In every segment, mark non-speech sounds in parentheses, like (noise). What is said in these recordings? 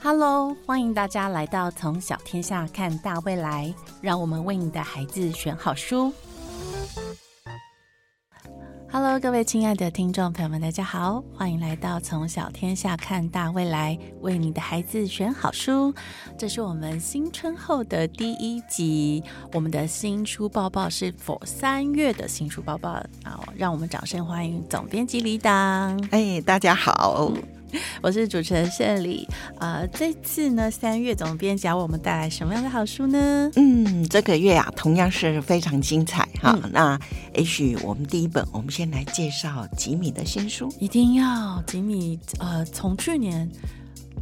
Hello，欢迎大家来到《从小天下看大未来》，让我们为你的孩子选好书。Hello，各位亲爱的听众朋友们，大家好，欢迎来到《从小天下看大未来》，为你的孩子选好书。这是我们新春后的第一集，我们的新书报报是否三月的新书报报啊？让我们掌声欢迎总编辑李党。哎，大家好，我是主持人谢里。呃，这次呢，三月总编讲我们带来什么样的好书呢？嗯，这个月啊，同样是非常精彩哈。嗯那也许我们第一本，我们先来介绍吉米的新书，一定要吉米，呃，从去年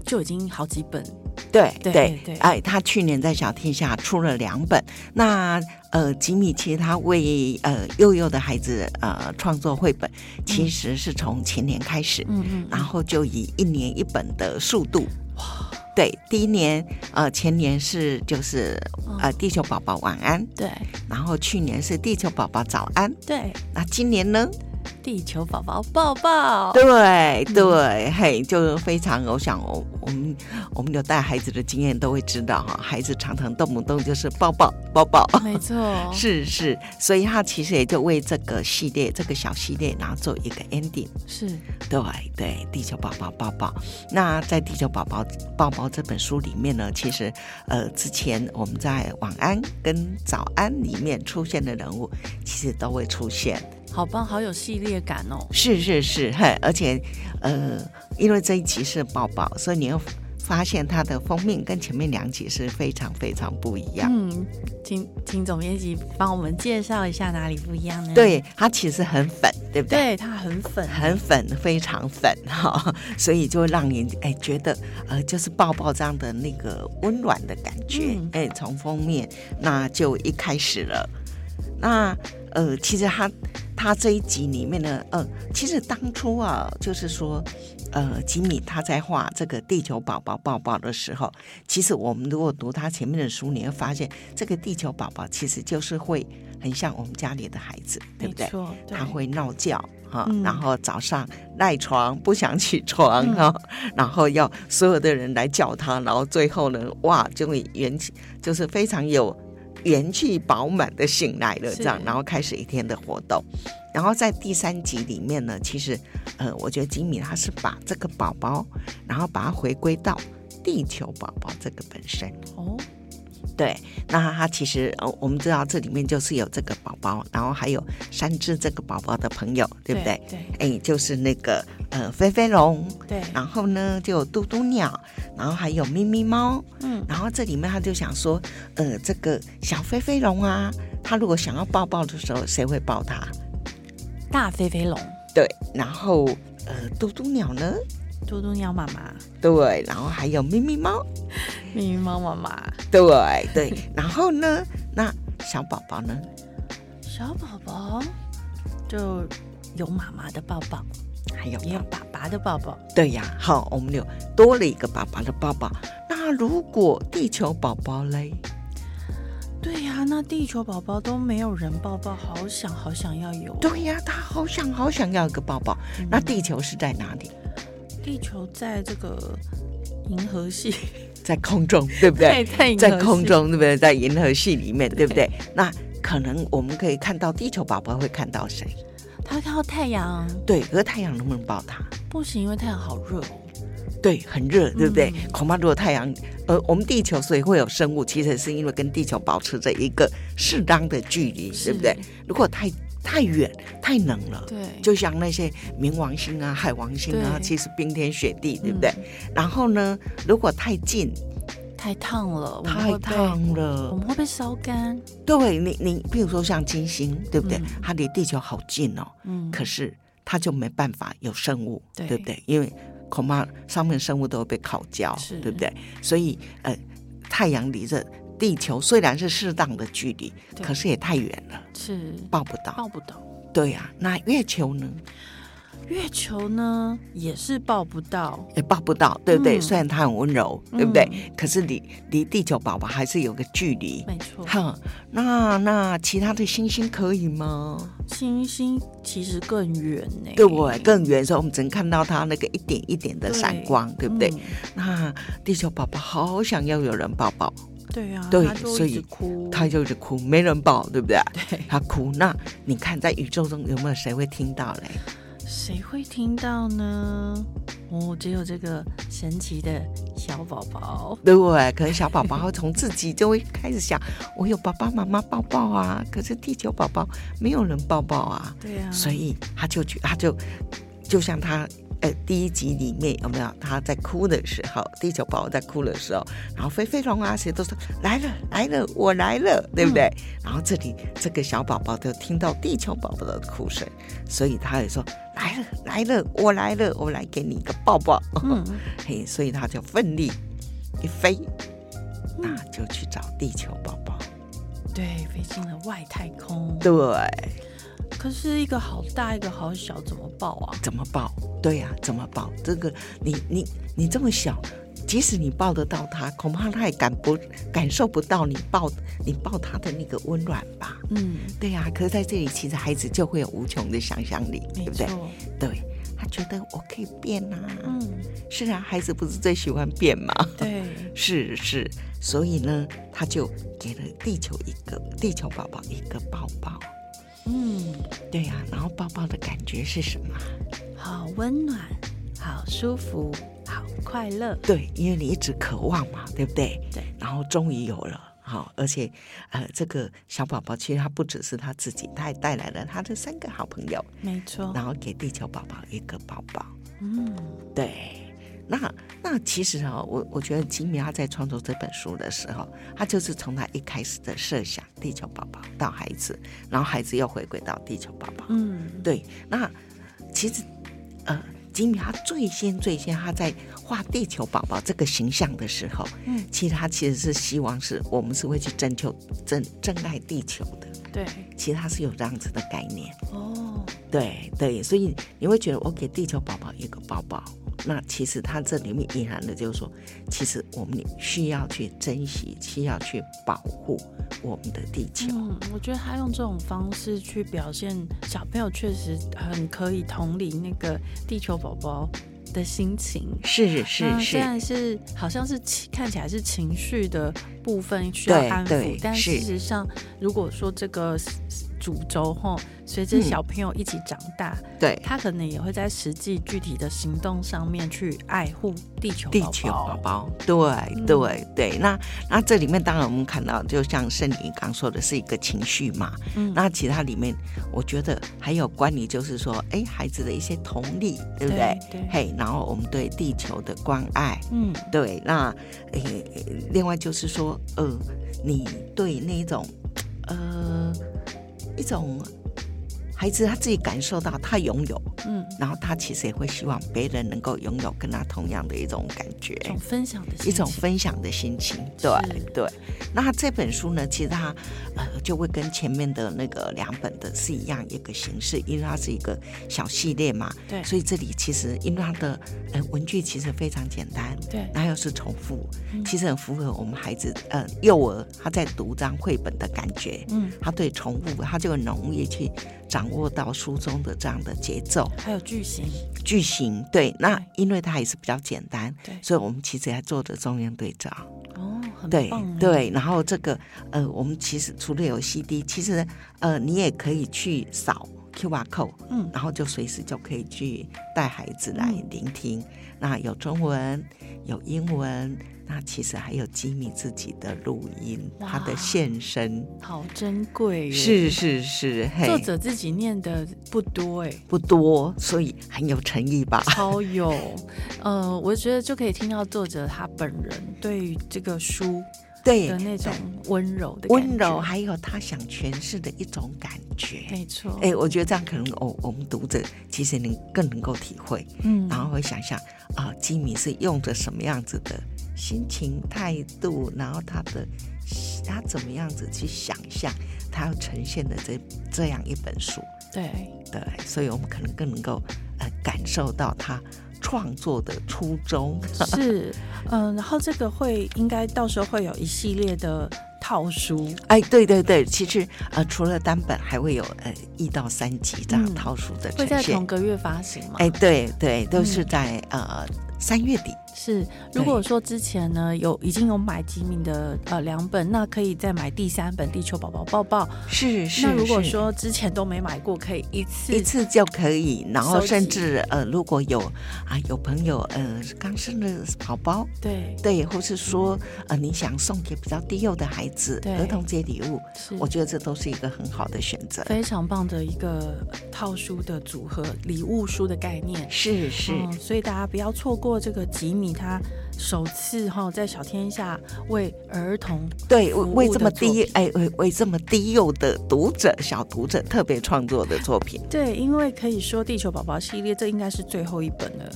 就已经好几本，对对对哎，他去年在小天下出了两本。那呃，吉米其实他为呃幼幼的孩子呃创作绘本，其实是从前年开始，嗯嗯然后就以一年一本的速度。对，第一年，呃，前年是就是哦呃，地球宝宝晚安，对然后去年是地球宝宝早安，对，那今年呢？地球宝宝抱抱，对对，嘿，就非常，我想我我们我们有带孩子的经验都会知道哈，孩子常常动不动就是抱抱抱抱，没错，是是，所以他其实也就为这个系列这个小系列，然后做一个 ending。是对对，地球宝宝抱抱。那在《地球宝宝抱抱》这本书里面呢，其实呃，之前我们在晚安跟早安里面出现的人物，其实都会出现。好棒，好有系列感哦。是是是，嘿，而且呃，因为这一集是抱抱，所以你会发现它的封面跟前面两集是非常非常不一样。嗯，请请总编辑帮我们介绍一下哪里不一样呢？，对，它其实很粉，对不对？对，它很粉，很粉，非常粉哈、 (laughs) 所以就会让你哎觉得呃，就是抱抱这样的那个温暖的感觉嗯，哎、从封面那就一开始了。那呃，其实他他这一集里面呢，呃，其实当初啊，就是说，呃，吉米他在画这个地球宝宝抱抱的时候，其实我们如果读他前面的书，你会发现这个地球宝宝其实就是会很像我们家里的孩子，对没不对？错，对他，会闹觉哈、嗯然后早上赖床不想起床哈、然后要所有的人来叫他，然后最后呢，哇，就会元气，就是非常有元气饱满的醒来了，是这样，然后开始一天的活动。然后在第三集里面呢，其实呃，我觉得吉米他是把这个宝宝，然后把它回归到地球宝宝这个本身。哦，对，那它其实呃，我们知道这里面就是有这个宝宝，然后还有三只这个宝宝的朋友，对不对？？对哎，就是那个呃飞飞龙，对，然后呢就有嘟嘟鸟，然后还有咪咪猫，嗯，然后这里面他就想说，呃，这个小飞飞龙啊，它如果想要抱抱的时候，谁会抱它？大飞飞龙，对，然后呃嘟嘟鸟呢？嘟嘟鸟妈妈，对，然后还有咪咪猫，咪咪猫妈妈，对对，然后呢，那小宝宝呢？小宝宝就有妈妈的抱抱，还有也有爸爸的抱抱，对呀，好，我们有多了一个爸爸的抱抱。那如果地球宝宝嘞？对呀、那地球宝宝都没有人抱抱，好想好想要有。啊对呀，他好想好想要一个抱抱。嗯那地球是在哪里？地球在这个银河系，在空中，对不对？ (laughs) 在银河在系空，中，对不对？在银河系里面，对不对？那可能我们可以看到地球宝宝会看到谁？它看到太阳对，可是太阳能不能抱它？不行，因为太阳好热哦。对，很热，对不对？嗯恐怕如果太阳，呃，我们地球所以会有生物，其实是因为跟地球保持着一个适当的距离，对不对？如果太太远、太冷了，对，就像那些冥王星啊、海王星啊，对嗯其实冰天雪地，对不对？然后呢，如果太近、太烫了，我们太会被，烫我了，们会被烧干。对你，你譬如说像金星，对不对？嗯它离地球好近哦，嗯，可是它就没办法有生物，对不对？因为恐怕上面生物都会被烤焦是，对不对？所以呃，太阳离着地球虽然是适当的距离，对可是也太远了，是抱不到。啊抱不到。对呀、那月球呢？月球呢也是抱不到，也抱不到，对不对？嗯虽然它很温柔，对不对？嗯可是离离地球宝宝还是有个距离。没错。哼，那那其他的星星可以吗？星星其实更远呢、对我更远的时候，我们只能看到它那个一点一点的闪光，对不对？嗯那地球宝宝好想要有人抱抱，对啊，对他就一所以直哭，它就是哭，没人抱，对不对？对，它哭。那你看，在宇宙中有没有谁会听到嘞？谁会听到呢？哦，只有这个神奇的小宝宝。对不对？可能小宝宝会从自己就会开始想，我有爸爸妈妈抱抱啊，可是地球宝宝没有人抱抱啊。对啊，所以他就去，他就就像他呃第一集里面有没有他在哭的时候，地球宝宝在哭的时候，然后飞飞龙啊谁都说来了来了我来了，对不对？嗯然后这里这个小宝宝就听到地球宝宝的哭声，所以他也说来了来了我来了，我来给你一个抱抱，嗯， (laughs) 嘿，所以他就奋力一飞，那嗯就去找地球宝宝，对，飞进了外太空。对，可是一个好大，一个好小，怎么抱啊？怎么抱？对呀、怎么抱？这个你你你这么小，即使你抱得到他，恐怕他也感不感受不到你抱你抱他的那个温暖吧？嗯，对呀、可是在这里，其实孩子就会有无穷的想象力，对没不对？错，对，他觉得我可以变啊。嗯，是啊，孩子不是最喜欢变吗？ (laughs) 对，是是，所以呢，他就给了地球一个地球宝宝一个抱抱。嗯，对呀、然后抱抱的感觉是什么啊？好温暖，好舒服，好快乐。对，因为你一直渴望嘛，对不对？对，然后终于有了。好，而且，呃，这个小宝宝其实他不只是他自己，他还带来了他的三个好朋友，没错，然后给地球宝宝一个抱抱。哦嗯，对，那那其实啊、我我觉得吉米他在创作这本书的时候，他就是从他一开始的设想，地球宝宝到孩子，然后孩子又回归到地球宝宝。嗯，对，那其实呃，吉米他最先最先他在画地球宝宝这个形象的时候，嗯其实他其实是希望是我们是会去征求珍珍爱地球的，对，其实他是有这样子的概念。哦，对对，所以你会觉得我给地球宝宝一个抱抱，那其实它这里面隐含的就是说，其实我们需要去珍惜，需要去保护我们的地球。嗯，我觉得他用这种方式去表现小朋友，确实很可以同理那个地球宝宝的心情。是是那虽是，然是好像是情看起来是情绪的部分需要对安抚对，但是事实上，如果说这个主轴吼，随着嗯小朋友一起长大，对他可能也会在实际具体的行动上面去爱护地球嗯地宝球宝宝。宝，对对对，那那这里面当然我们看到，就像圣女刚说的是一个情绪嘛，嗯那其他里面我觉得还有关于就是说，哎，孩子的一些同理，对不对？对对嘿，然后我们对地球的关爱，嗯，对，那诶、另外就是说，呃，你对那种呃一种孩子他自己感受到他拥有，嗯，然后他其实也会希望别人能够拥有跟他同样的一种感觉。一种分享的一心种情分享的心情，对是对。那这本书呢，其实它呃就会跟前面的那个两本的是一样一个形式，因为它是一个小系列嘛，对所以这里其实因为它的呃文具其实非常简单，对然后又是重复，嗯其实很符合我们孩子呃幼儿他在读这样绘本的感觉，嗯，他对重复他就很容易去掌握到书中的这样的节奏还有巨型，句型，对，那嗯对因为它也是比较简单，对所以我们其实还做的中央对照。哦，很对棒哎，对，然后这个呃，我们其实除了有 CD，其实呃，你也可以去扫 QR code，嗯然后就随时就可以去带孩子来嗯聆听。那有中文，有英文，那其实还有吉米自己的录音，他哇的现身。好珍贵耶，是是是，嘿作者自己念的不多哎，不多，所以很有诚意 (laughs) 吧？超 (laughs) 有，呃，我觉得就可以听到作者他本人对于这个书对的，那种温柔的温柔，感还有他想诠释的一种感觉。觉，没错，哎、我觉得这样可能哦，我们读者其实能更能够体会，嗯然后会想象啊、吉米是用着什么样子的心情态度，然后他的他怎么样子去想象他要呈现的这这样一本书，对， (laughs) 对，所以我们可能更能够呃感受到他创作的初衷。是，呃嗯，然后这个会应该到时候会有一系列的套书，哎，对对对，其实呃，除了单本，还会有呃一到三集这样套书的嗯会嗯呈在现。同个月发行吗？哎，对对，都是在、呃三月底。是，如对果说之前呢有已经有买吉米的呃两本，那可以再买第三本《地球宝宝抱抱》。是是。那如果是说之前都没买过，可以一次一次就可以，然后收甚集至呃，如果有啊有朋友呃刚生了宝宝，对对，或是说呃你想送给比较低幼的孩子嗯对嗯儿童节礼物，是我觉得这都是一个很好的选择。非常棒的一个套书的组合，礼物书的概念。是是，嗯，所以大家不要错过这个吉米他首次哈在小天下为儿童对，为服为务这的么作低哎为为这么低幼的读者小读者特别创作的作品，对，因为可以说《地球宝宝》系列这应该是最后一本了。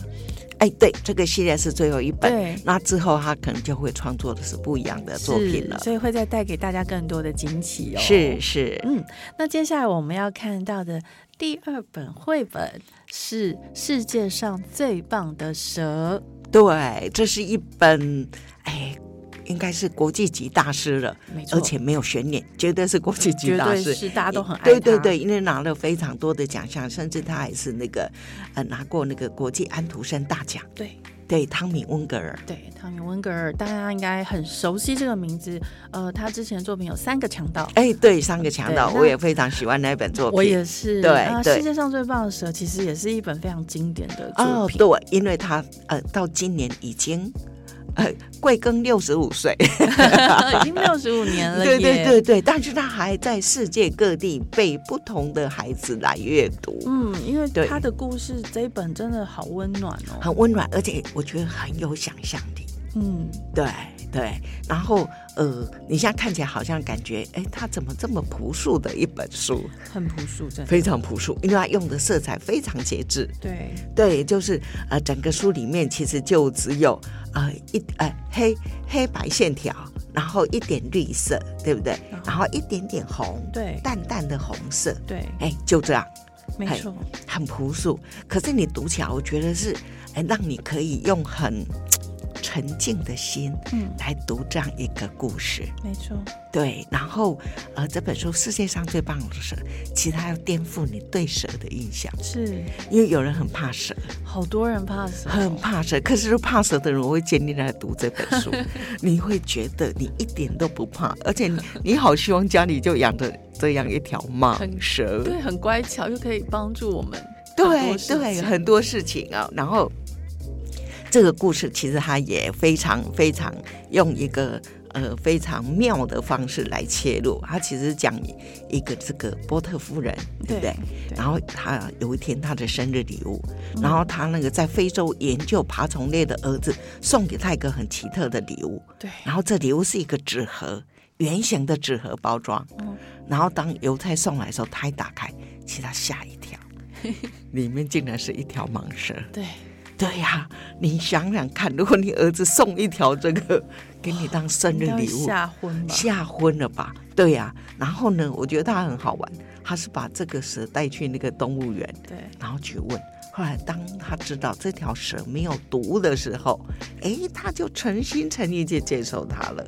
哎，对，这个系列是最后一本，对，那之后他可能就会创作的是不一样的作品了是，。所以会再带给大家更多的惊喜哦。是，是，嗯，那接下来我们要看到的第二本绘本是《世界上最棒的蛇对，这是一本哎。应该是国际级大师了，》，没错，而且没有悬念，绝对是国际级绝大对师。是大家都很爱对对它对，，因为拿了非常多的奖项，甚至他还是那个呃拿过那个国际安徒生大奖。对对，汤米温格尔。对，汤米温格尔，大家应该很熟悉这个名字。呃，他之前的作品有三个强盗。哎，对，上个强盗，对那我也非常喜欢那本作品。我也是，对啊，对世界上最棒的蛇其实也是一本非常经典的作哦，品，对，因为他呃到今年已经呃贵庚六十五岁， (laughs) 已经六十五年了耶， (laughs) 对对对对，但是他还在世界各地被不同的孩子来阅读。嗯，因为对他的故事这一本真的好温暖哦。很温暖，而且我觉得很有想象力。嗯，对对，然后呃，你现在看起来好像感觉，哎，它怎么这么朴素的一本书？很朴素，真的。非常朴素，因为它用的色彩非常节制。对，对，就是呃，整个书里面其实就只有呃一呃黑黑白线条，然后一点绿色，对不对？然后一点点红，对淡淡的红色，对，哎，就这样。没嘿错，很朴素，可是你读起来，我觉得是，哎，让你可以用很沉静的心，嗯来读这样一个故事。没错，对，然后，呃，这本书《世界上最棒的蛇》，其实它要颠覆你对蛇的印象，是因为有人很怕蛇，好多人怕死哦，很怕蛇，可是怕蛇的人，我会建议来读这 (laughs) 本书，你会觉得你一点都不怕，而且你你好希望家里就养着这样一条蟒很蛇，对，很乖巧，又可以帮助我们很多对事情。对，很多事情啊。然后这个故事其实它也非常非常用一个呃非常妙的方式来切入，它其实讲一个这个波特夫人，对不对？对对然后她有一天她的生日礼物，然后她那个在非洲研究爬虫类的儿子送给她一个很奇特的礼物，对，然后这礼物是一个纸盒，圆形的纸盒包装。然后当邮差送来的时候，他一打开，其实他吓一跳，里面竟然是一条蟒蛇。对，对呀、你想想看，如果你儿子送一条这个给你当生日应该会礼物，哦吓昏吧？吓昏了吧？对呀、然后呢，我觉得他很好玩，他是把这个蛇带去那个动物园，对，然后去问。后来，当他知道这条蛇没有毒的时候，诶，他就诚心诚意去接受它了。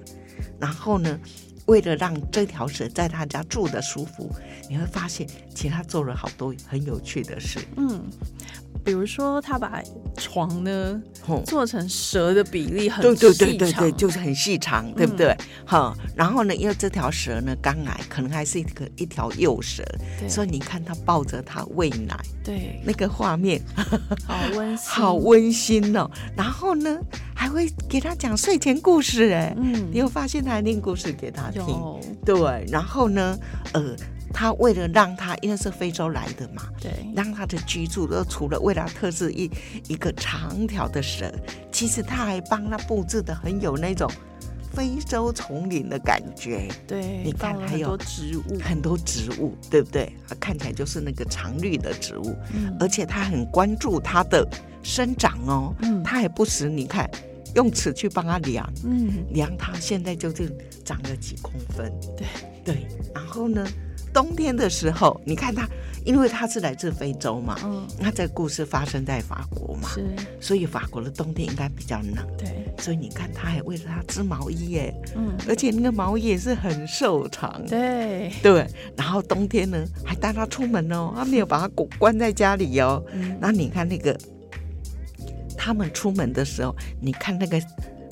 然后呢，为了让这条蛇在他家住的舒服，你会发现，其实他做了好多很有趣的事。嗯，比如说他把床呢哼做成蛇的比例很对对对细对对，长嗯就是很细长，对不对？好、然后呢，因为这条蛇呢刚来，可能还是一个一条幼蛇，对所以你看他抱着它喂奶，对，那个画面好温馨，好，温馨哦。然后呢，还会给他讲睡前故事，哎、嗯你，有发现他念故事给他听？有，对，然后呢，呃，他为了让他，因为是非洲来的嘛，对，让他的居住都除了为他特制一一个长条的蛇，其实他还帮他布置的很有那种非洲丛林的感觉，对，你看放了还很有多植物，很多植物，对不对？啊看起来就是那个常绿的植物，嗯而且他很关注它的生长哦，嗯他还不时你看用尺去帮他量，嗯，量它现在究竟长了几公分。对对，然后呢，冬天的时候，你看他，因为他是来自非洲嘛，嗯，那这个故事发生在法国嘛，是，所以法国的冬天应该比较冷，对，所以你看他还为了他织毛衣耶，嗯，而且那个毛衣也是很瘦长，对，对，然后冬天呢还带他出门哦，他没有把他关关在家里哦。嗯，那你看那个，他们出门的时候，你看那个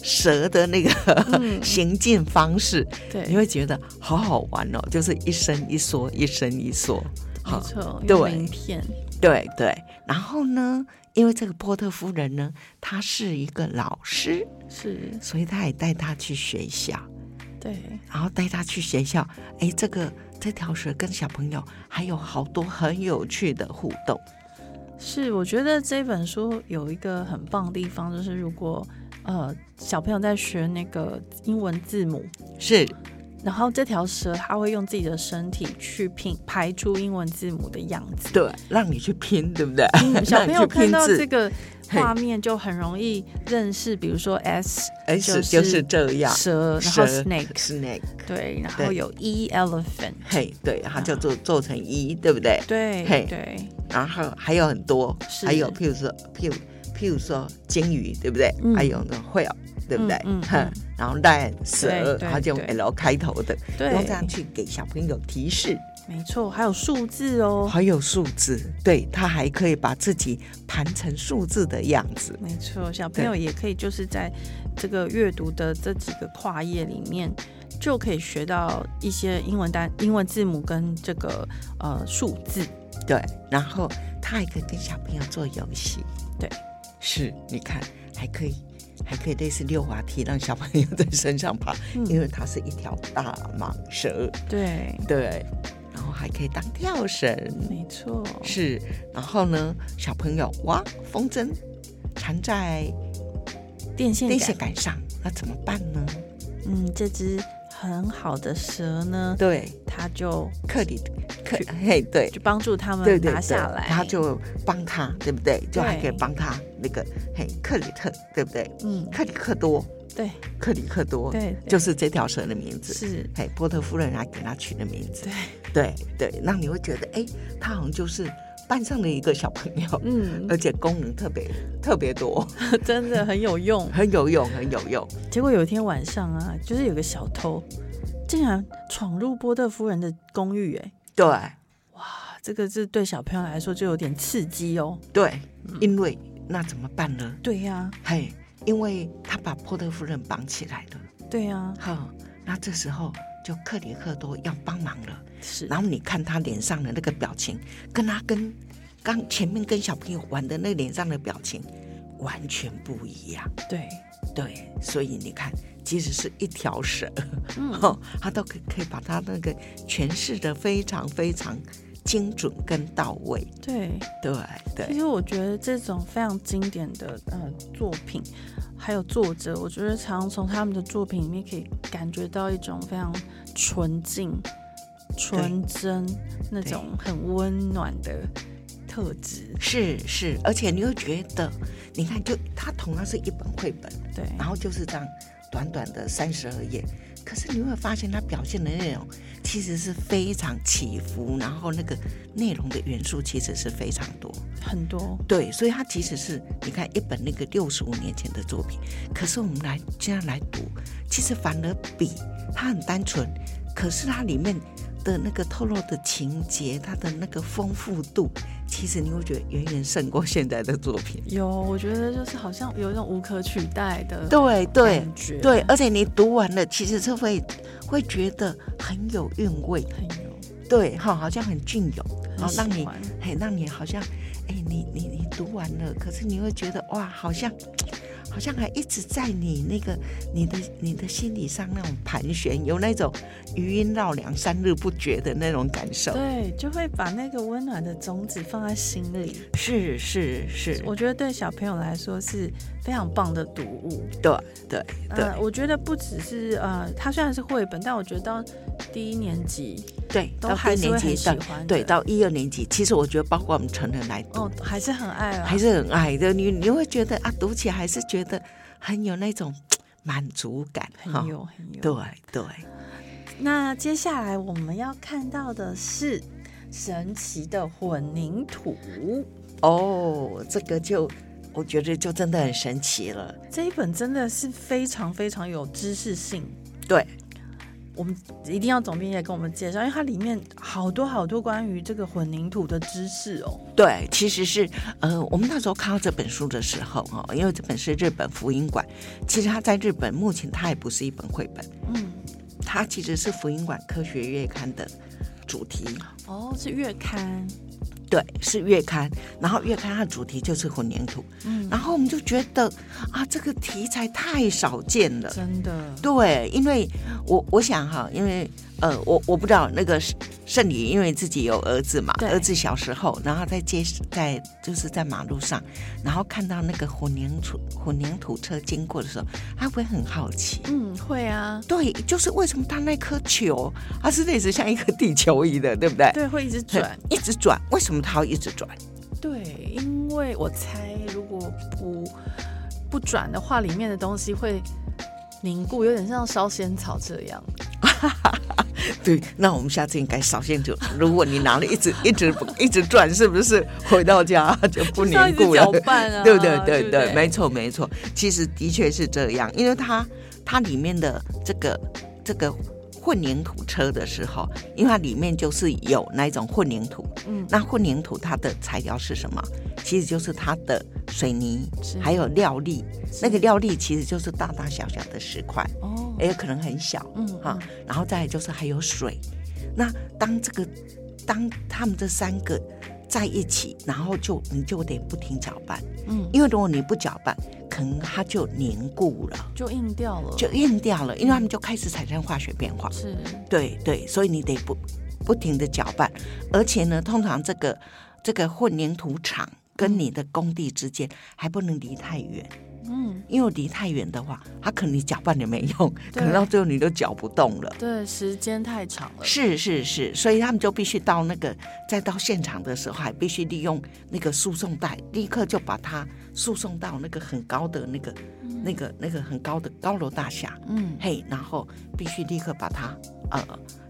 蛇的那个嗯 (laughs) 行进方式，你对，会觉得好好玩哦，就是一伸一缩，一伸一缩。没好，错，对有名片，对对。然后呢，因为这个波特夫人呢，她是一个老师，是，所以她也带他去学校。对，然后带他去学校。哎，这个这条蛇跟小朋友还有好多很有趣的互动。是，我觉得这本书有一个很棒的地方，就是如果呃小朋友在学那个英文字母，是然后这条蛇它会用自己的身体去拼排出英文字母的样 (laughs) 子。对，让你去拼，对不对？ (laughs) 嗯小朋友看到这个个嘿画面就很容易认识，比如说 S S 就就是这样。蛇，然后蛇 snake snake，对，然后对有 E elephant 嘿，对，它啊就做做成一，对不对？对嘿对然后还有很多，是还有譬如说，譬如譬如说鲸鱼，对不对？嗯还有那个 whale，对不对？嗯嗯哼嗯然后 lion 对蛇，对然后就对 L 开头的，用这样对，去给小朋友提示。没错，还有数字哦，还有数字，对他还可以把自己盘成数字的样子。没错，小朋友也可以就是在这个阅读的这几个跨页里面，就可以学到一些英文单、英文字母跟这个呃数字。对，然后他还可以跟小朋友做游戏。对，是，你看还可以，还可以类似溜滑梯，让小朋友在身上爬，嗯因为它是一条大蟒蛇。对，对，然后还可以当跳绳。没错，是，然后呢，小朋友哇，风筝缠在电线电杆，线杆上，那怎么办呢？嗯，这只很好的蛇呢，对，它就克里克嘿，对，就帮助他对们对拿对下来，他就帮他，对不对？就还可以对帮他那个嘿克里特，对不对？嗯，克里克多，对克里克多，对，对就是这条蛇的名字。是，嘿，波特夫人还给他取的名字对，，对对，那你会觉得，哎，他好像就是班上的一个小朋友，嗯， (laughs) 而且功能特别特别多，真的很有用。很有用，很有用。结果有一天晚上啊，就是有个小偷竟然闯入波特夫人的公寓、哎。对这个是对小朋友来说就有点刺激哦。对，因为那怎么办呢？对呀、嘿，因为他把波特夫人绑起来了。对呀、好，那这时候就克里克多要帮忙了。是然后你看他脸上的那个表情，跟他跟刚前面跟小朋友玩的那脸上的表情完全不一样。对，对，所以你看，即使是一条蛇，嗯 (laughs) 哦，他都可以可以把他那个诠释的非常非常精准跟到位。对。对其对，实我觉得这种非常经典的呃作品，还有作者，我觉得常常从他们的作品里面可以感觉到一种非常纯净、纯真那种很温暖的特质。是是，而且你又觉得，你看就，他同样是一本绘本。对，然后就是这样短短的三十二页，可是你会发现它表现的内容其实是非常起伏，然后那个内容的元素其实是非常多。很多对，所以它其实是你看一本那个六十五年前的作品，可是我们来这样来读，其实反而比它很单纯，可是它里面的那个透露的情节，它的那个丰富度，其实你会觉得远远胜过现在的作品。有，我觉得就是好像有一种无可取代的对对，啊感觉，对，而且你读完了，其实是会会觉得很有韵味，很有，对哈，好像很隽永，然很后让喜你欢。嘿，让你好像，哎，你你你读完了，可是你会觉得哇，好像好像还一直在你那个你的你的心理上那种盘旋，有那种余音绕梁三日不绝的那种感受。对，就会把那个温暖的种子放在心里。是是是，我觉得对小朋友来说是非常棒的读物。对对呃，对我觉得不只是呃，它虽然是绘本，但我觉得到第一年级对，都到还一是年会级很喜到欢的对到一二年级，其实我觉得包括我们成人来读哦，，还是很爱啊。还是很爱的，你你会觉得啊，读起来还是觉得很有那种满足感，很有很有。对对，那接下来我们要看到的是神奇的混凝土。哦，这个就我觉得就真的很神奇了。这一本真的是非常非常有知识性，对，我们一定要总编辑来跟我们介绍，因为它里面好多好多关于这个混凝土的知识哦。对，其实是呃，我们那时候看到这本书的时候，哈，因为这本是日本福音馆，其实它在日本目前它也不是一本绘本，嗯，它其实是福音馆科学月刊的主题，哦，是月刊，对，是月刊，然后月刊它的主题就是混凝土，嗯，然后我们就觉得啊，这个题材太少见了。真的，对，因为我我想哈，因为呃，我我不知道那个圣圣女，因为自己有儿子嘛，对儿子小时候，然后在街在就是在马路上，然后看到那个混凝土混凝土车经过的时候，他会很好奇。嗯，会啊，对，就是为什么他那颗球，它是类似像一个地球仪的，对不对？对，会一直转。一直转，为什么它要一直转？对，因为我猜如果不不转的话，里面的东西会凝固，有点像烧仙草这样。对，那我们下次应该少先就，如果你拿了一直一直不一直转，是不是回到家就就不是凝要一直固了？搅拌啊 (laughs) 对不对？对对不对，对没错没错。其实的确是这样，因为它它里面的这个这个混凝土车的时候，因为它里面就是有那一种混凝土，嗯，那混凝土它的材料是什么？其实就是它的水泥是，还有料粒。是那个料粒其实就是大大小小的石块，哦，也有哎可能很小，嗯哈、嗯然后再来就是还有水。那当这个当他们这三个在一起，然后就你就得不停搅拌，嗯，因为如果你不搅拌，可能它就凝固了，就硬掉了，就硬掉了，因为它们就开始产生化学变化。是对对，所以你得不不停的搅拌，而且呢，通常这个这个混凝土厂跟你的工地之间还不能离太远，嗯，因为离太远的话，它可能你搅拌也没用，对可能到最后你都搅不动了。对，时间太长了，是是是，所以他们就必须到那个，再到现场的时候，还必须利用那个输送带，立刻就把它输送到那个很高的那个、那个、那个很高的高楼大厦，嗯嘿，然后必须立刻把它呃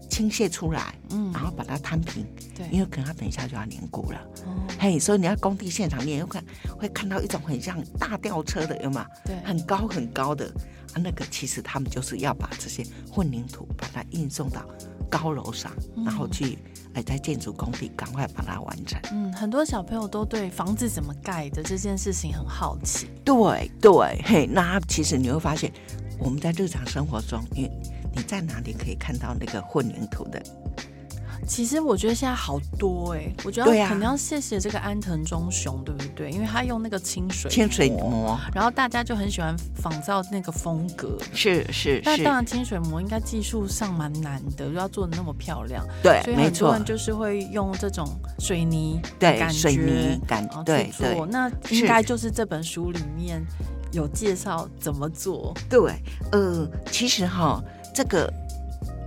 倾泻出来，嗯，然后把它摊平，对，因为可能它等一下就要凝固了。哦，嘿，所以你在工地现场，你也会看会看到一种很像大吊车的，有吗？对，很高很高的啊，那个其实他们就是要把这些混凝土把它运送到高楼上，然后去哎在建筑工地赶快把它完成。嗯，很多小朋友都对房子怎么盖的这件事情很好奇，对对，嘿，那其实你会发现，我们在日常生活中，你你在哪里可以看到那个混凝土的？其实我觉得现在好多哎、我觉得对要啊可能要谢谢这个安藤忠雄，对不对？因为他用那个清水清水模，膜然后大家就很喜欢仿造那个风格。是是那是，当然，清水模应该技术上蛮难的，就要做的那么漂亮，对所以，没很多错人，就是会用这种水泥对感觉水泥感然后对去做。对那应是该就是这本书里面有介绍怎么做，对，呃，其实哈，这个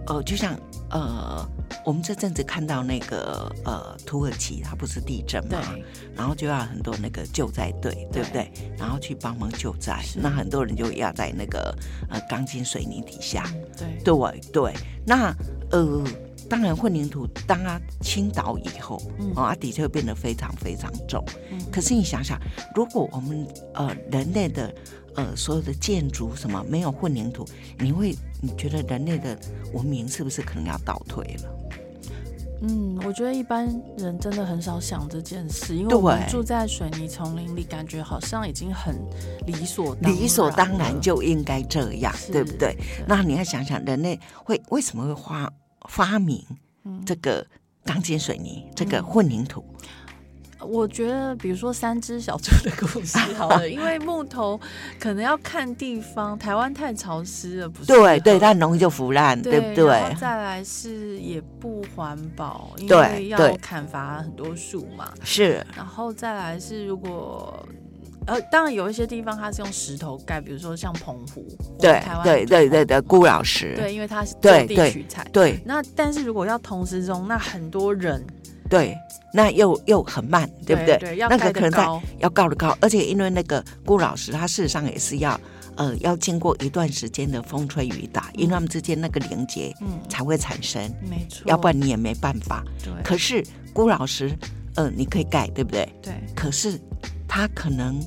呃，就像呃，我们这阵子看到那个呃，土耳其它不是地震对嘛，，然后就要很多那个救灾队，对不对？然后去帮忙救灾是，那很多人就压在那个呃钢筋水泥底下。嗯对，对对，那呃，当然混凝土当它倾倒以后，嗯哦，它的确变得非常非常重。嗯可是你想想，如果我们呃人类的呃所有的建筑什么没有混凝土，你会你觉得人类的文明是不是可能要倒退了？嗯，我觉得一般人真的很少想这件事，因为我们对住在水泥丛林里，感觉好像已经很理所当理所当然了就应该这样，是对不对对？那你要想想，人类会为什么会发发明嗯这个钢筋水泥、这个混凝土？我觉得，比如说三只小猪的故事好了，因为木头可能要看地方，台湾太潮湿了，不是？对对，它很容易就腐烂，对对不然对后？再来是也不环保，因对为要对砍伐很多树嘛。是，然后再来是如果。呃，当然有一些地方它是用石头盖，比如说像澎湖，我们对台湾对对对对，顾老师，对，因为它是就对地对取材。对那但是如果要同时融，那很多人对，那又又很慢，对不对对？要那盖个得可能在高要高的高，而且因为那个顾老师他事实上也是要呃，要经过一段时间的风吹雨打，因为他们之间那个连接嗯，才会产生，没错，要不然你也没办法。对可是辜老师，呃，你可以改，对不对？对可是他可能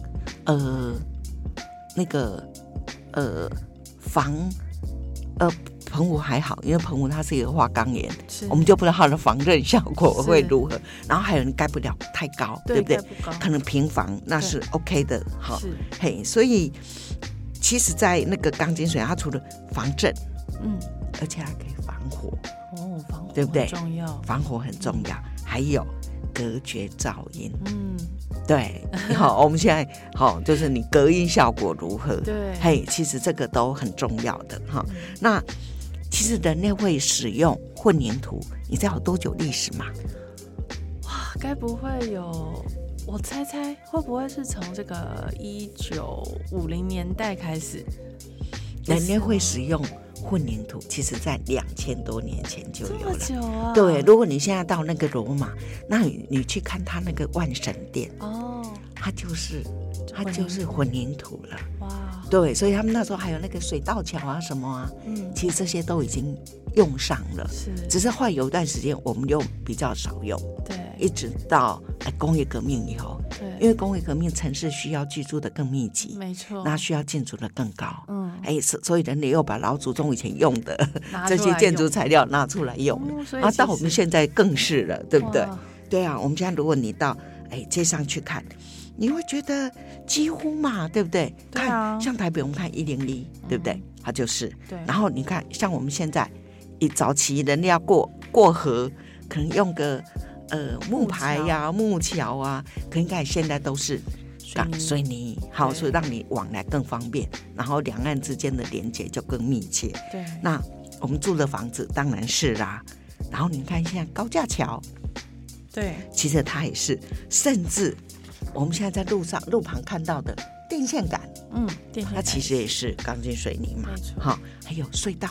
呃那个呃防呃澎湖还好，因为澎湖它是一个花岗岩，是，我们就不知道它的防震效果是会如何。然后还有人盖不了太高，对对不对盖？不高可能平房那是 OK 的，好是嘿。所以其实，在那个钢筋水泥，它除了防震，嗯而且还可以防火，哦，防火对不对很重要，防火很重要，还有隔绝噪音。嗯，对， (laughs) 好，我们现在好，就是你隔音效果如何？对，嘿，其实这个都很重要的哈。那其实人类会使用混凝土，你知道有多久历史吗？该不会有？我猜猜会不会是从这个一九五零年代开始？人类会使用混凝土，其实在两千多年前就这有么了。久啊？对，如果你现在到那个罗马，那你你去看他那个万神殿，哦，它就是它混凝就是混凝土了。哇，对，所以他们那时候还有那个水道桥啊什么啊，嗯，其实这些都已经用上了。是，只是后来有一段时间我们就比较少用，对一直到呃工业革命以后，因对，为工业革命城市需要居住的更密集，没错，那需要建筑的更高。嗯，哎，所所以人类又把老祖宗以前用的 (laughs) 拿这出些来建筑用材料拿出来用了，哦所以啊，其到我们实现在更是了，对不对？哇对啊，我们现在如果你到哎街上去看，你会觉得几乎嘛，对不对？对啊看像台北，我们看一零一，对不对？它就是。对，然后你看，像我们现在一早期人家要过过河，可能用个呃木牌呀、木桥啊，可应该现在都是水钢泥水泥，好，对所以让你往来更方便，然后两岸之间的连接就更密切。对，那我们住的房子当然是啦、然后你看现在高架桥，对，其实它也是，甚至我们现在在路上路旁看到的电线杆，嗯，电线它杆其实也是钢筋水泥嘛没，错好，还有隧道，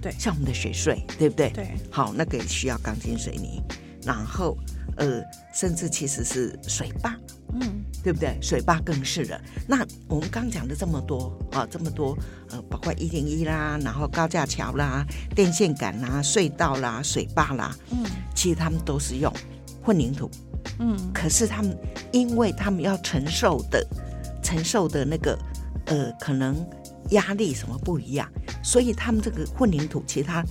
对像我们的水隧，对不对？对，好，那个也需要钢筋水泥，然后呃，甚至其实是水坝，嗯，对不对？水坝更是了。那我们刚讲的这么多啊，这么多呃，包括一零一啦，然后高架桥啦、电线杆啦、隧道啦、水坝啦，嗯其实他们都是用混凝土，嗯，可是他们因为他们要承受的承受的那个呃可能压力什么不一样，所以他们这个混凝土其实它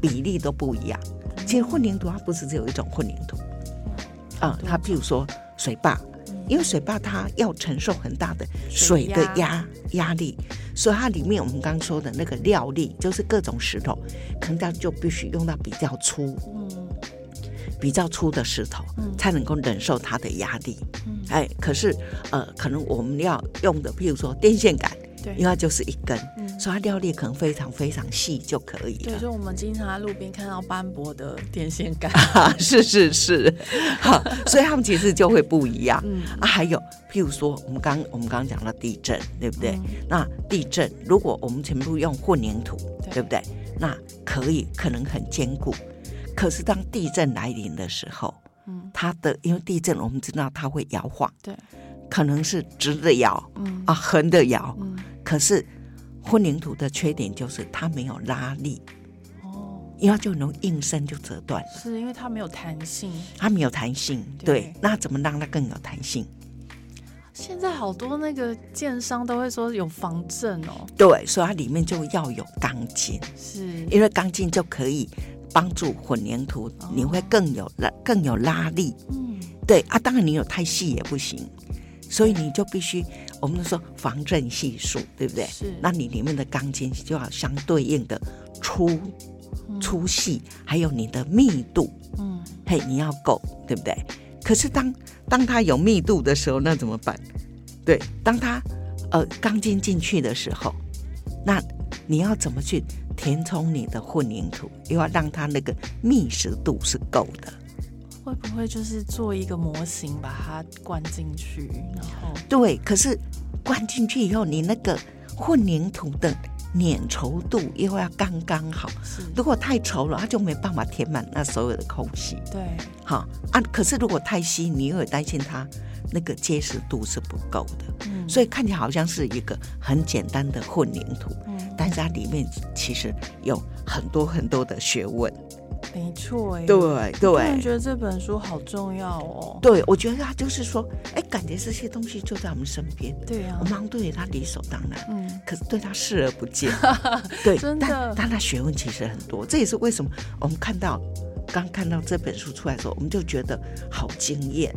比例都不一样。嗯其实混凝土它不是只有一种混凝土，啊、嗯它譬如说水坝，因为水坝它要承受很大的水水的压压压力，所以它里面我们刚说的那个料力，就是各种石头，可能它就必须用到比较粗嗯比较粗的石头，嗯才能够忍受它的压力。嗯哎，可是呃，可能我们要用的，譬如说电线杆，对，因为它就是一根，嗯所以它料力可能非常非常细就可以对，了。就我们经常在路边看到斑驳的电线杆，啊， (laughs) 是是是，好，所以他们其实就会不一样。嗯啊，还有譬如说，我们刚我们刚刚讲到地震，对不对？嗯那地震如果我们全部用混凝土，对对不对？那可以可能很坚固，可是当地震来临的时候，嗯，它的因为地震我们知道它会摇晃，对，可能是直的摇嗯啊，横的摇，嗯，可是混凝土的缺点就是它没有拉力，哦，因为它就能硬生就折断了，是因为它没有弹性。它没有弹性。对对，那怎么让它更有弹性？现在好多那个建商都会说有防震哦，对，所以它里面就要有钢筋，是，因为钢筋就可以帮助混凝土，你会更有拉更有拉力。嗯，对啊，当然你有太细也不行，所以你就必须我们说防震系数，对不对？是那你里面的钢筋就要相对应的粗、粗细，还有你的密度，嗯，嘿，你要够，对不对？可是当当它有密度的时候，那怎么办？对，当它呃钢筋进去的时候，那你要怎么去填充你的混凝土？又要让它那个密实度是够的。会不会就是做一个模型把它灌进去，然后对，可是灌进去以后，你那个混凝土的粘稠度又要刚刚好。是，如果太稠了，它就没办法填满那所有的空隙。对，好啊，可是如果太稀，你又有担心它那个结实度是不够的，嗯所以看起来好像是一个很简单的混凝土，嗯，但是它里面其实有很多很多的学问。没错耶，对突然对觉得这本书好重要哦。对，我觉得它就是说，哎，感觉这些东西就在我们身边，对呀、我们好像对它理所当然。嗯，可是对他视而不 (laughs) 见，对，真的但但他学问其实很多，这也是为什么我们看到刚看到这本书出来的时候，我们就觉得好惊艳，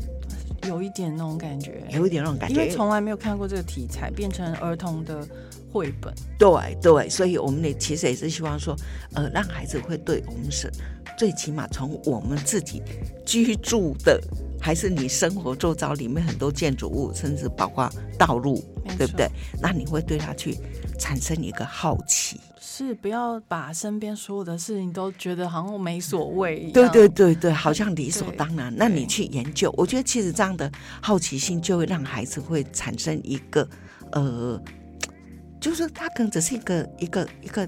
有一点那种感觉，有一点那种感因觉。为从来没有看过这个题材变成儿童的绘本。对对，所以我们也其实也是希望说，呃，让孩子会对我们是最起码从我们自己居住的，还是你生活周遭里面很多建筑物，甚至包括道路没，对不错对？那你会对他去产生一个好奇。是不要把身边所有的事情都觉得好像我没所谓一样。对对对对，好像理所对当然。那你对去研究，我觉得其实这样的好奇心就会让孩子会产生一个呃，就是他可能只是一个一个一个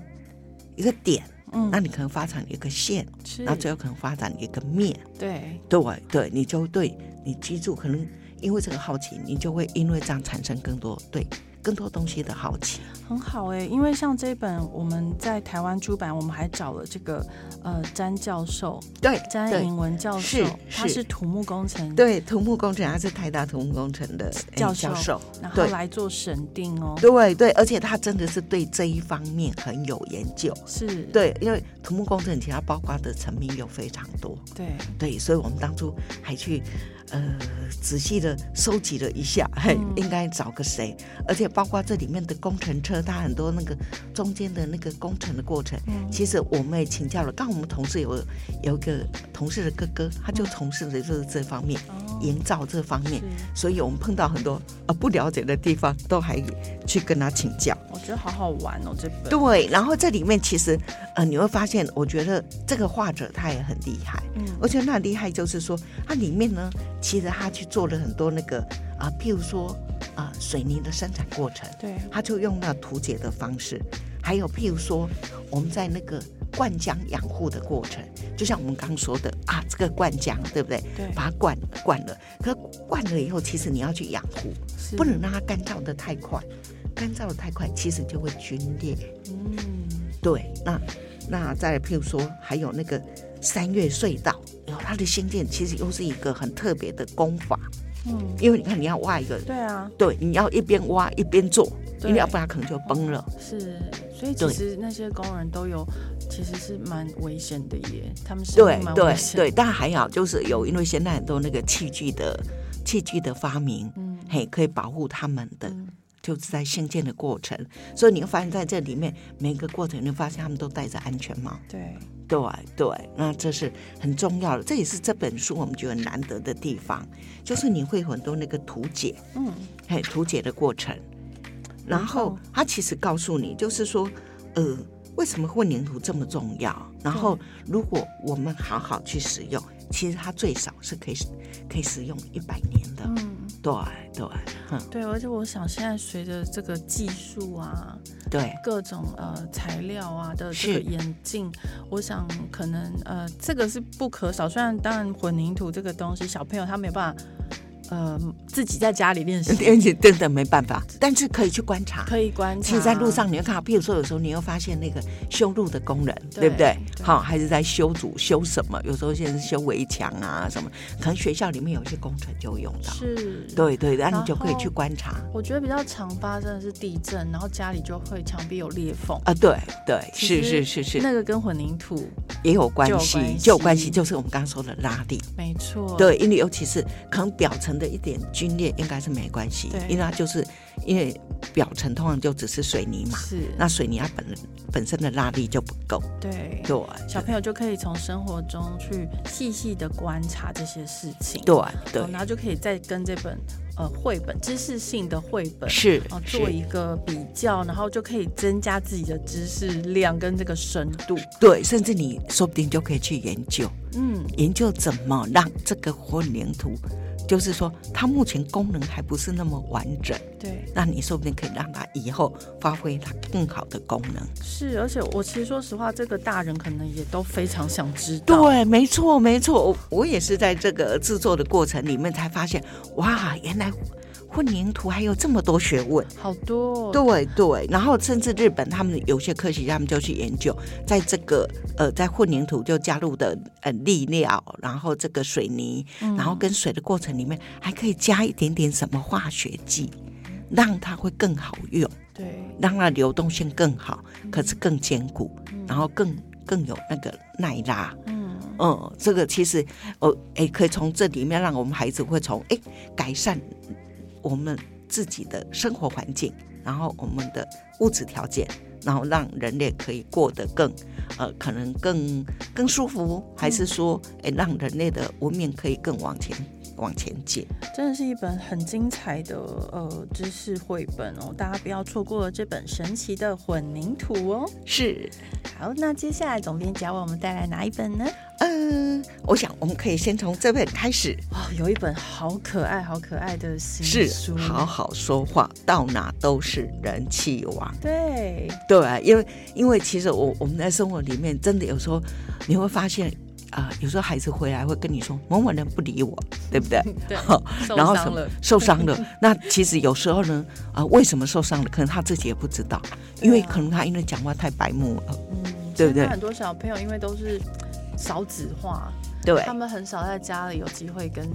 一个点，嗯，那你可能发展一个线，是然后最后可能发展一个面。对，对对，你就对你记住，可能因为这个好奇，你就会因为这样产生更多对更多东西的好奇。很好哎、因为像这一本我们在台湾出版，我们还找了这个呃詹教授，对詹对颖文教授是，他是是土木工程，对，土木工程还是台大土木工程的哎教教授授然后对来做审定哦，对对，而且他真的是对这一方面很有研究。是，对，因为土木工程其他包括的层面又非常多，对，对，所以我们当初还去呃仔细的收集了一下，嘿，嗯应该找个谁，而且包括这里面的工程车，它很多那个中间的那个工程的过程，嗯其实我们也请教了，刚好我们同事有有一个同事的哥哥，他就从事的就是这方面，哦营造这方面是，，所以我们碰到很多呃不了解的地方，都还去跟他请教。我觉得好好玩哦，这本，对，然后这里面其实呃你会发现，我觉得这个画者他也很厉害，嗯我觉得那厉害就是说，它里面呢，其实他去做了很多那个啊、譬如说啊、水泥的生产过程，对，他就用那图解的方式，还有譬如说我们在那个灌浆养护的过程，就像我们刚说的啊，这个灌浆对不对？对把它灌灌了，可灌了以后，其实你要去养护，是不，能让它干燥的太快，干燥的太快其实就会皲裂。嗯，对，那那再来譬如说，还有那个三月隧道，有它的兴建其实又是一个很特别的工法，嗯，因为你看你要挖一个，对啊，对，你要一边挖一边做，因对为要不然可能就崩了。是，所以其对实那些工人都有，其实是蛮危险的耶，他们是对蛮危对险的对，，但还好就是有，因为现在很多那个器具的器具的发明，嗯嘿，可以保护他们的。嗯就是在兴建的过程，所以你会发现在这里面每个过程，你会发现他们都戴着安全帽。对，对对，那这是很重要的，这也是这本书我们觉得难得的地方，就是你会有很多那个图解，嗯，嘿，图解的过程，然后它其实告诉你，就是说，呃，为什么混凝土这么重要？然后如果我们好好去使用，其实它最少是可以可以使用一百年的，嗯。对对，嗯，对，而且我想现在随着这个技术啊，对 (laughs) 各种呃材料啊的这是个演进，我想可能呃这个是不可少。虽然当然混凝土这个东西，小朋友他没有办法呃自己在家里练习，而且真的没办法，但是可以去观察，可以观察。其实，在路上你会看到，譬如说，有时候你会发现那个修路的工人，对对不对？对好，还是在修筑修什么？有时候现在是修围墙啊什么，可能学校里面有一些工程就会用到。是，。对对，那然你就可以去后观察啊、我觉得比较常发生的是地震，然后家里就会墙壁有裂缝。啊对对，其是实是是是，那个跟混凝土也有关就有系关，就有关系，系就是我们刚刚说的拉力。没错，对，因为尤其是可能表层的一点皲裂应该是没关系对，因为它就是因为表层通常就只是水泥嘛，是，那水泥它本本身的拉力就不够。对，对小朋友就可以从生活中去细细的观察这些事情，对哦对然，后就可以再跟这本呃绘本知识性的绘本是哦是做一个比较，然后就可以增加自己的知识量跟这个深度。对，甚至你说不定就可以去研究嗯，研究怎么让这个混凝土，就是说它目前功能还不是那么完整，对，那你说不定可以让他以后发挥他更好的功能。是，而且我其实说实话，这个大人可能也都非常想知道。对，没错，没错，我我也是在这个制作的过程里面才发现，哇，原来混凝土还有这么多学问。好多、哦，对对，然后甚至日本他们有些科学家他们就去研究，在这个呃在混凝土就加入的呃粒料，然后这个水泥，然后跟水的过程里面还可以加一点点什么化学剂，让它会更好用，对，让它流动性更好，可是更坚固，然后更更有那个耐拉。嗯，嗯，这个其实哦，哎，可以从这里面让我们孩子会从哎改善我们自己的生活环境，然后我们的物质条件，然后让人类可以过得更呃，可能更更舒服，还是说哎，让人类的文明可以更往前往前进？真的是一本很精彩的呃知识绘本哦，大家不要错过了这本神奇的混凝土哦。是，好，那接下来总编辑要为我们带来哪一本呢？嗯、我想我们可以先从这本开始，哇、哦有一本好可爱、好可爱的新是书，好，好说话，到哪都是人气王。对，对，因为因为其实我我们在生活里面，真的有时候你会发现，啊、有时候孩子回来会跟你说某某人不理我，对不对？对受 (laughs) 然后什伤么了，受伤了？那其实有时候呢，啊、为什么受伤了？可能他自己也不知道，因为对啊可能他因为讲话太白目了，嗯，对不现对在很多小朋友因为都是少子化，对他们很少在家里有机会跟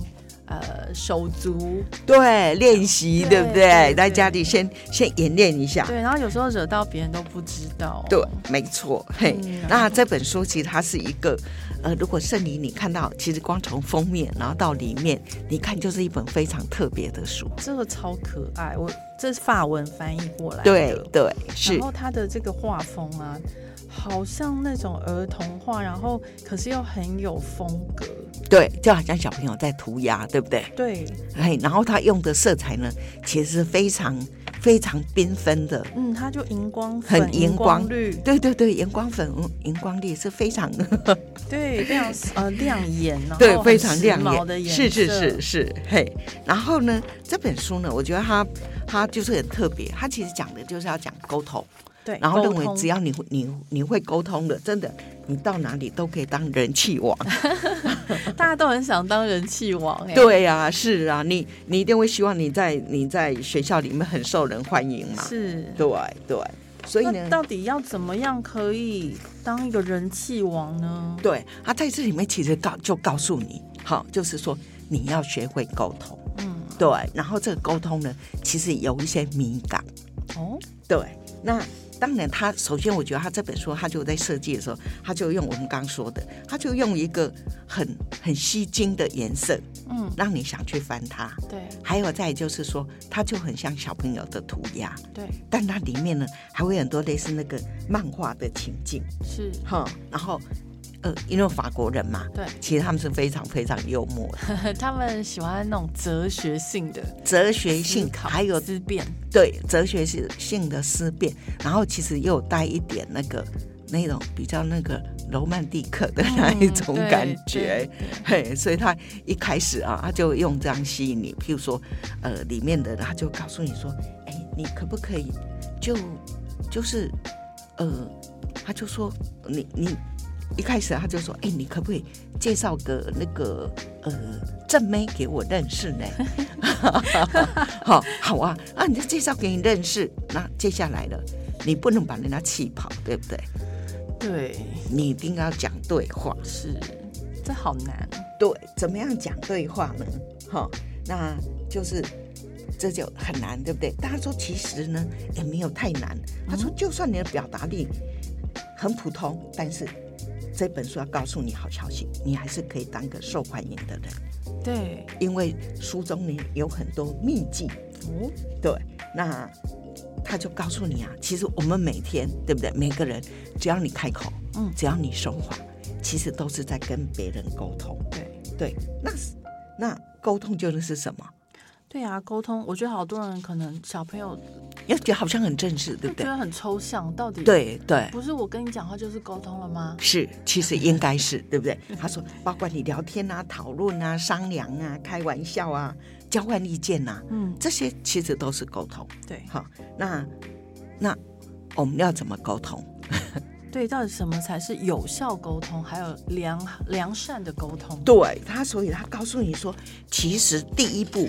呃手足对，练习对不对对？对在对家里先先演练一下，对，然后有时候惹到别人都不知道。对，没错，嘿，嗯那这本书其实它是一个，呃，如果圣灵你看到，其实光从封面然后到里面，你看就是一本非常特别的书。这个超可爱，我这是法文翻译过来的。对对是然，后它的这个画风啊，好像那种儿童画，然后可是又很有风格。对，就好像小朋友在涂鸦，对不对？对，哎，然后他用的色彩呢，其实是非常非常缤纷的。嗯，它就荧光粉、很荧荧光绿，对对对，荧光粉、嗯荧光绿是非常 (laughs) 对，非常呃亮眼，然后对，非很常时亮髦的眼，颜是是色是，是，嘿。然后呢，这本书呢，我觉得它它就是很特别，它其实讲的就是要讲沟通，对，然后沟认为通只要你会你你会沟通的，真的你到哪里都可以当人气 (laughs) 王。哎大家都很想当人气王哎、对呀、是啊，你你一定会希望你在你在学校里面很受人欢迎嘛。是。对对，所以那呢。到底要怎么样可以当一个人气王呢？对，他在这里面其实告就告诉你，好，就是说你要学会沟通，嗯，对，然后这个沟通呢，其实有一些敏感，哦，对，那当然他，首先我觉得他这本书，他就在设计的时候，他就用我们刚刚说的，他就用一个很很吸睛的颜色，嗯，让你想去翻它。对还有再就是说，它就很像小朋友的涂鸦，对但它里面呢还会有很多类似那个漫画的情境，是， (laughs) 哈、然后，呃，因为法国人嘛，对，其实他们是非常非常幽默 (laughs) 的，他们喜欢那种哲学性的哲学思性，考，还有思 (laughs) 辨，对哲学性性的思辨，然后其实也有带一点那个那种比较那个罗曼蒂克的那一种嗯对感觉，对 (laughs) 嘿，所以他一开始啊，他就用这样吸引你，譬如说，呃，里面的他就告诉你说，哎，你可不可以就就是呃，他就说你你。一开始他就说：“哎、你可不可以介绍个那个呃正妹给我认识呢？” (laughs) 好好啊，啊，你就介绍给你认识。那接下来了，你不能把人家气跑，对不对？对，你一定要讲对话。是，这好难，对，怎么样讲对话呢？哈、那就是这就很难，对不对？大家说其实呢也没有太难。他说，就算你的表达力很普通，但是这本书要告诉你好消息，你还是可以当个受欢迎的人，对，因为书中呢有很多秘籍。哦，对，那他就告诉你啊，其实我们每天，对不对？每个人只要你开口，嗯只要你说话，其实都是在跟别人沟通。对对，那是那沟通究竟是什么？对啊，沟通，我觉得好多人可能小朋友又觉得好像很正式，就对不觉对？得很抽象，到底对对，不是我跟你讲话就是沟通了吗？是，其实应该是对不对？他说，包括你聊天啊、讨论啊、商量啊、开玩笑啊、交换意见啊，嗯，这些其实都是沟通。对好，那那我们要怎么沟通？对，到底什么才是有效沟通，还有良良善的沟通？对他，所以他告诉你说，其实第一步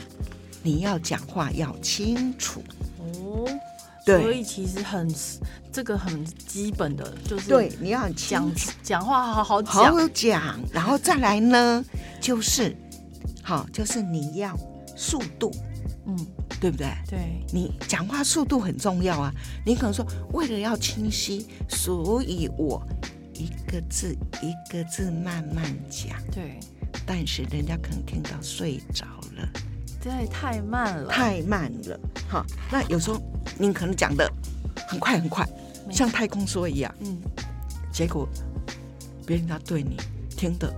你要讲话要清楚。哦，对所以其实很这个很基本的就是对，你要很讲清楚，讲话好好好讲，好讲，然后再来呢，就是好，就是你要速度，嗯，对不对？对，你讲话速度很重要啊。你可能说为了要清晰，所以我一个字一个字慢慢讲，对，但是人家可能听到睡着了，对，太慢了，太慢了。哈，那有时候你可能讲的很快很快，没像太空梭一样，嗯，结果别人家对你听得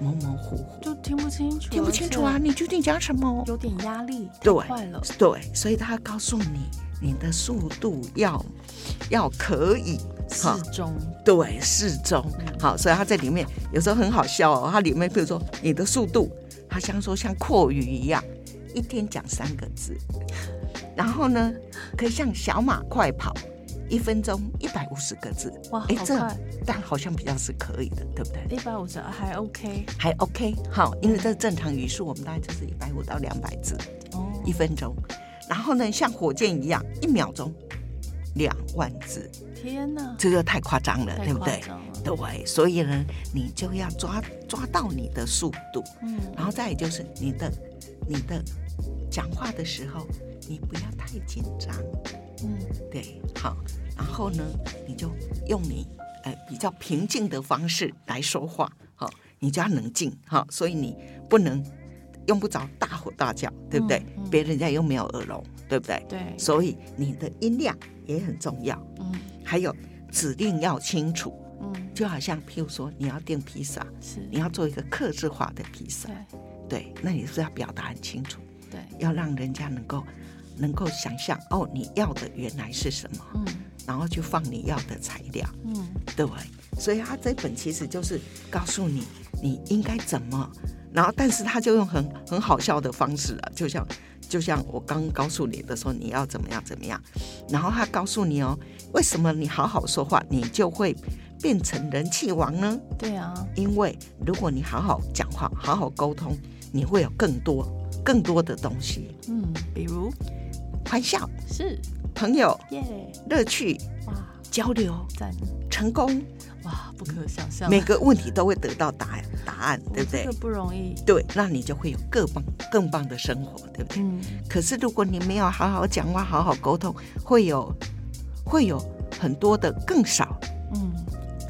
模模糊糊，就听不清楚，听不清楚啊，，你究竟讲什么？有点压力，太对快了，对，所以他告诉你，你的速度要要可以。适哈。中，对，适中。好，所以它这里面有时候很好笑哦。它里面比如说你的速度，它像说像阔鱼一样，一天讲三个字，然后呢，可以像小马快跑，一分钟一百五十个字。哇，诶好这快，但好像比较是可以的，对不对？一百五十还 OK，还 OK，好，因为这正常语速，我们大概就是一百五到两百字哦，一分钟。然后呢，像火箭一样，一秒钟两万字，天哪，这个太夸张了，太对不夸对？张了，对，所以呢，你就要抓抓到你的速度，嗯，然后再也就是你的你的讲话的时候，你不要太紧张，嗯，对，好，然后呢，你就用你呃比较平静的方式来说话，好、你就要冷静，好、所以你不能用不着大吼大叫，对不对？嗯嗯别人家又没有耳聋，对不对？对，所以你的音量也很重要，嗯还有指令要清楚，嗯，就好像譬如说你要订披萨，是，你要做一个克制化的披萨对，对，那你是要表达很清楚，对，要让人家能够能够想象哦，你要的原来是什么，嗯然后去放你要的材料，嗯，对不对？所以他这本其实就是告诉你你应该怎么，然后但是他就用很很好笑的方式啊，就像就像我刚告诉你的说你要怎么样怎么样，然后他告诉你哦，为什么你好好说话，你就会变成人气王呢？对啊，因为如果你好好讲话，好好沟通，你会有更多更多的东西，嗯，比如欢笑、是朋友、耶，乐趣、哇，交流、赞，成功，哇，不可想象，每个问题都会得到答案，答案对不哦对这个？不容易，对，那你就会有更棒、更棒的生活，对不对？嗯，可是如果你没有好好讲话、好好沟通，会有会有很多的更少，嗯，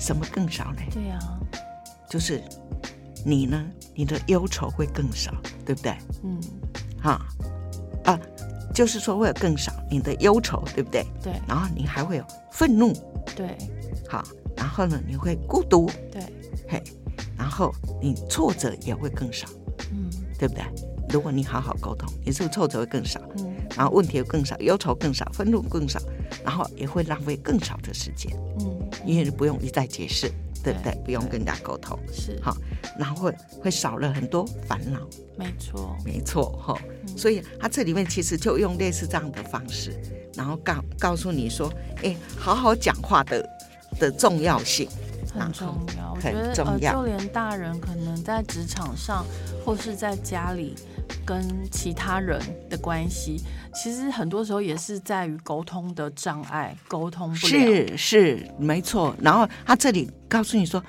什么更少呢？对啊，就是你呢，你的忧愁会更少，对不对？嗯，哈啊，就是说会有更少你的忧愁，对不对？对然后你还会有愤怒，对好，然后呢你会孤独，对，嘿，然后你挫折也会更少，嗯对不对？如果你好好沟通，你是不是挫折会更少？嗯然后问题会更少，忧愁更少，愤怒更少，然后也会浪费更少的时间，嗯，因为你不用一再解释，对不对？对不用跟人家沟通，是，好，然后会会少了很多烦恼，没错，没错哈、所以他这里面其实就用类似这样的方式，然后告告诉你说，哎，好好讲话的的重要性，然很重后要，我觉很得重要呃，就连大人可能在职场上或是在家里跟其他人的关系，其实很多时候也是在于沟通的障碍，沟通不了。是是没错。然后他这里告诉你说，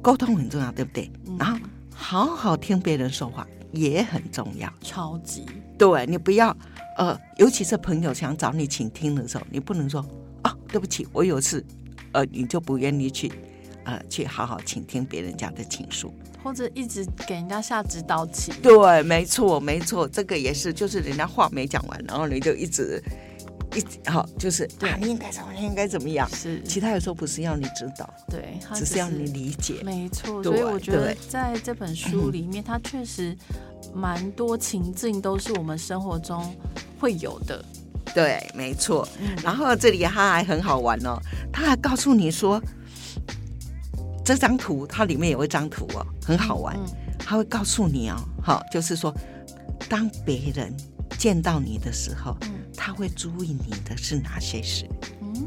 沟通很重要，对不对？嗯然后好好听别人说话也很重要，超级对你不要呃，尤其是朋友想找你倾听的时候，你不能说啊，对不起，我有事，呃，你就不愿意去呃去好好倾听别人家的倾诉。或者一直给人家下指导棋，对，没错，没错，这个也是，就是人家话没讲完，然后你就一直一直好，就是对啊，你应该怎么，你应该怎么样。是，其他有时候不是要你指导，对，他只只是要你理解。没错，对所以我觉得对嗯在这本书里面，它确实蛮多情境都是我们生活中会有的，对，没错。然后这里他还很好玩哦，他还告诉你说，这张图它里面有一张图哦，很好玩，嗯他会告诉你哦，好，就是说，当别人见到你的时候，嗯他会注意你的是哪些事。嗯，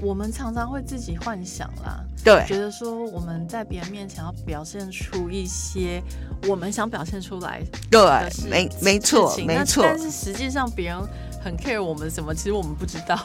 我们常常会自己幻想啦，对觉得说我们在别人面前要表现出一些我们想表现出来的事对，没没错事，情没那错，但是实际上别人很 care 我们什么，其实我们不知道。